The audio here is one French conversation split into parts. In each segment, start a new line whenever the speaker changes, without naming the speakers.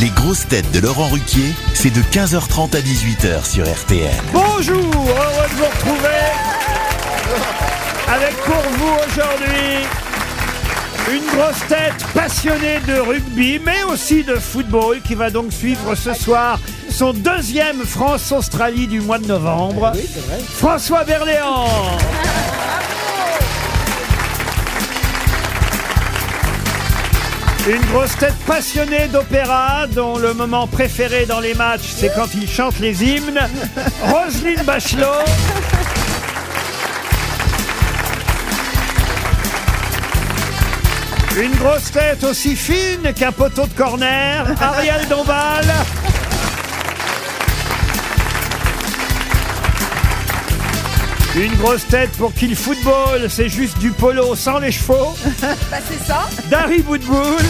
Les grosses têtes de Laurent Ruquier, c'est de 15h30 à 18h sur RTL.
Bonjour, heureux de vous retrouver avec pour vous aujourd'hui une grosse tête passionnée de rugby mais aussi de football qui va donc suivre ce soir son deuxième France-Australie du mois de novembre. François Berléand. Une grosse tête passionnée d'opéra, dont le moment préféré dans les matchs, c'est quand il chante les hymnes. Roselyne Bachelot. Une grosse tête aussi fine qu'un poteau de corner, Ariel Dombal. Une grosse tête pour qui le football, c'est juste du polo sans les chevaux,
Bah c'est ça.
Dari Boudboul.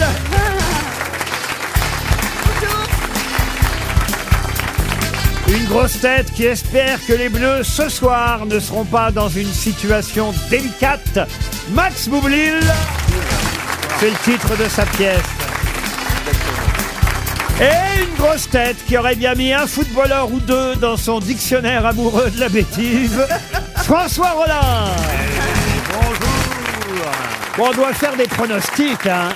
Une grosse tête qui espère que les Bleus ce soir ne seront pas dans une situation délicate. Max Boublil, c'est le titre de sa pièce. Et une grosse tête qui aurait bien mis un footballeur ou deux dans son dictionnaire amoureux de la bêtise. François Rollin. Bon, on doit faire des pronostics, hein.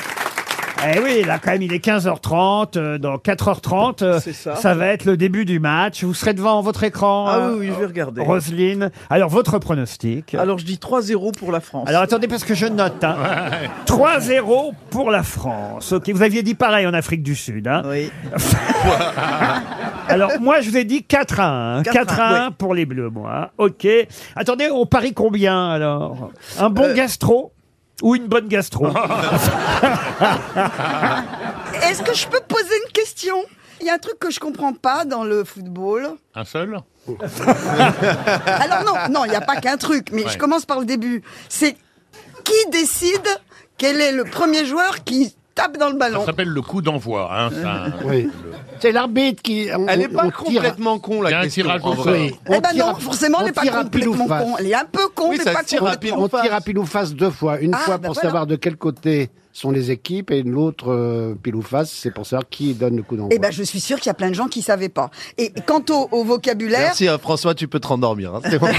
Eh oui, là quand même il est 15h30, euh, dans 4h30, euh,
C'est
ça.
ça.
va être le début du match. Vous serez devant votre écran,
Ah
euh,
oui, oui, je vais regarder.
Roselyne. Alors votre pronostic. Alors,
Alors je dis 3-0 pour la France.
attendez parce que je note. hein. 3-0 pour la France. Ok, vous aviez dit pareil en Afrique du Sud. Hein.
oui.
Alors moi je vous ai dit 4 à 1.
4-1,
4 à 1 pour les Bleus, moi. Ok. Attendez, on parie combien alors Un bon
Euh.
gastro ou une bonne gastro
Est-ce que je peux poser une question Il y a un truc que je comprends pas dans le football.
Un seul
Alors non, non, il n'y a pas qu'un truc, mais
Ouais.
je commence par le début. C'est qui décide quel est le premier joueur qui tape dans le
Ça
ballon
s'appelle le coup d'envoi. Hein, ça.
Euh,
C'est l'arbitre qui. on-
Elle n'est
on
pas
tire-
complètement con
Il y a
la
un
question.
tirage au
en
sort.
vrai.
Oui.
Eh
On
ben
tire
non,
à-
forcément,
on
elle n'est pas
tire à pile ou
complètement
face.
con. Elle est un peu con,
Oui,
mais
ça
pas
tire à
complètement.
pile
On
ou face.
tire à pile ou face deux fois. Une
Ah,
fois
bah
pour
voilà.
savoir de quel côté sont les équipes et l'autre euh, pile ou face, c'est pour savoir qui donne le coup d'envoi.
Eh ben, je suis sûre qu'il y a plein de gens qui savaient pas. Et quant au, au vocabulaire,
Merci euh, François, tu peux te rendormir. hein. C'est bon.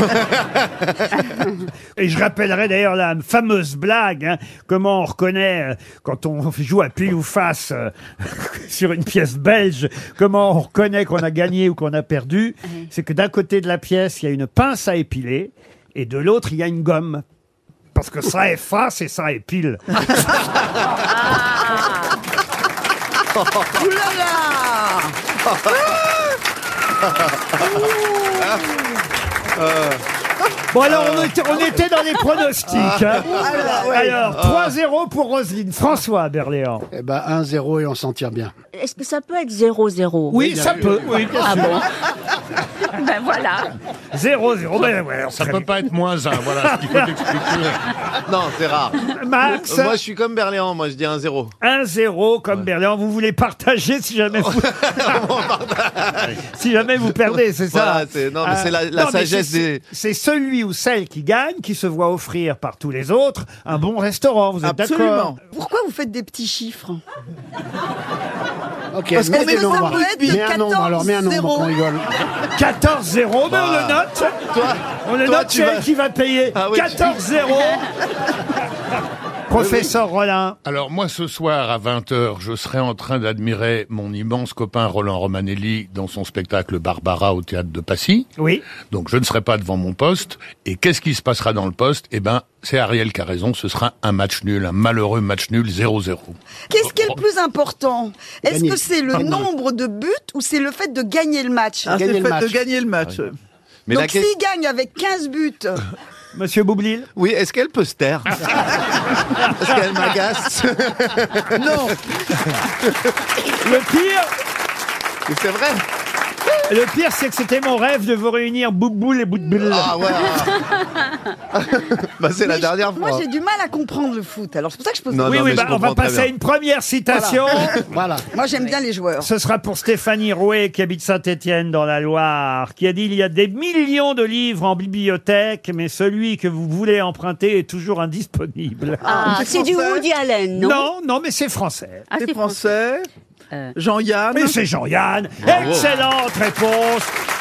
Et je rappellerai d'ailleurs la fameuse blague, hein, comment on reconnaît euh, quand on joue à pile ou face euh, sur une pièce belge, comment on reconnaît qu'on a gagné ou qu'on a perdu, c'est que d'un côté de la pièce, il y a une pince à épiler et de l'autre, il y a une gomme. Parce que ça est face et ça est pile.
oulala
Bon alors, on était, on était dans les pronostics. hein.
Alors, ouais.
Alors, 3-0 pour Roselyne. François Berléand.
Eh ben, 1-0 et on s'en tire bien.
Est-ce que ça peut être 0-0
Oui, ça peut. Oui,
Ah bon Ben voilà.
0-0. Ben ouais, on
Ça
serait-
peut pas être moins un. Voilà ce qu'il faut expliquer.
non, c'est rare.
Max.
Euh, Moi, je suis comme Berléand, moi, je dis 1-0.
1-0 comme Berléand. Vous voulez partager si jamais vous, si jamais vous perdez, c'est ça
Voilà, c'est- non, mais c'est la- la
mais
sagesse
c'est-
des-
C'est celui ou celle qui gagne qui se voit offrir par tous les autres un bon restaurant. Vous êtes d'accord
Absolument.
Pourquoi vous faites des petits chiffres
Ok, Parce
que ça peut être de
Mets un nombre alors, mets un nombre
14-0.
qu'on rigole.
14-0, mais on
Voilà.
le note.
Toi,
On le
toi,
note,
tu
c'est
vas-
elle qui va payer.
Ah oui, tu-
14-0. Professeur Rollin.
Alors moi ce soir à 20h, je serai en train d'admirer mon immense copain Roland Romanelli dans son spectacle Barbara au théâtre de Passy.
Oui.
Donc je ne serai pas devant mon poste. Et qu'est-ce qui se passera dans le poste Eh ben c'est Ariel qui a raison, ce sera un match nul, un malheureux match nul 0-0.
Qu'est-ce
Oh.
qui est le plus important Est-ce
Gagner.
que c'est le
Pardon.
nombre de buts ou c'est le fait de gagner le match
Ah, c'est
Gagner
le
le
fait de
match.
gagner le match.
Mais la
Donc
que-
s'il gagne avec 15 buts,
Monsieur Boublil.
Oui, est-ce qu'elle peut se taire Est-ce qu'elle m'agace
Non,
Le pire,
C'est vrai
Le pire, c'est que c'était mon rêve de vous réunir Bouboule et Boutboule.
Ah ouais. ah. bah, c'est
mais
la
je-
dernière
moi
fois.
j'ai du mal à comprendre le foot. Alors c'est pour ça que je pose.
Non,
oui,
Ah non,
oui,
mais
bah,
je
on va
comprends très
passer
bien.
à une première citation.
Voilà.
Moi j'aime bien les joueurs.
Ce sera pour Stéphanie Rouet, qui habite Saint-Étienne dans la Loire, qui a dit il y a des millions de livres en bibliothèque, mais celui que vous voulez emprunter est toujours indisponible.
Ah,
c'est
c'est du
français.
Woody Allen, non
non, non, mais c'est français.
Ah,
c'est
c'est
français.
Euh,
Jean-Yann.
Mais c'est Jean-Yann.
Bravo.
Excellente réponse